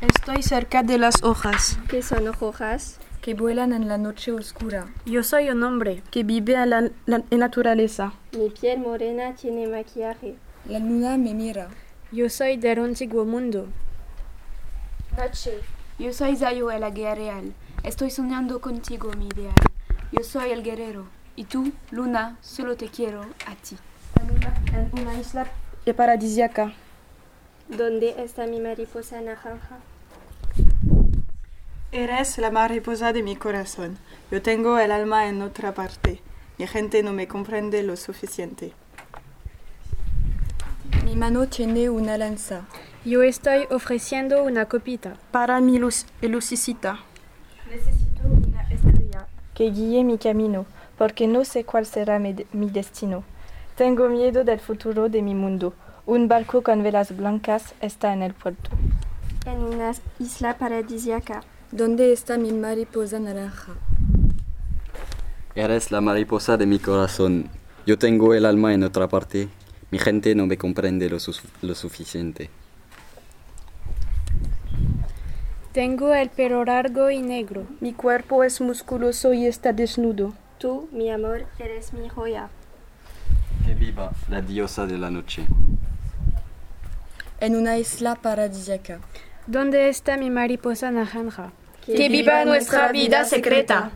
Estoy cerca de las hojas. ¿Qué son hojas? que vuelan en la noche oscura. Yo soy un hombre. Que vive en la, la naturaleza. Mi piel morena tiene maquillaje. La luna me mira. Yo soy del antiguo mundo. Noche. Yo soy Zayuela Guerreal. Estoy soñando contigo, mi ideal. Yo soy el guerrero. Y tú, Luna, solo te quiero a ti. En una isla paradisíaca. ¿Dónde está mi mariposa naranja? Eres la mariposa de mi corazón. Yo tengo el alma en otra parte. Mi gente no me comprende lo suficiente. Mi mano tiene una lanza. Yo estoy ofreciendo una copita. Para mi luz, lucicita. Necesito una estrella que guíe mi camino, porque no sé cuál será mi, de mi destino. Tengo miedo del futuro de mi mundo. Un barco con velas blancas está en el puerto. En una isla paradisíaca. ¿Dónde está mi mariposa naranja? Eres la mariposa de mi corazón. Yo tengo el alma en otra parte. Mi gente no me comprende lo, su lo suficiente. Tengo el pelo largo y negro. Mi cuerpo es musculoso y está desnudo. Tú, mi amor, eres mi joya. Que viva la diosa de la noche. En una isla paradisíaca. ¿Dónde está mi mariposa naranja? Que viva nuestra vida secreta.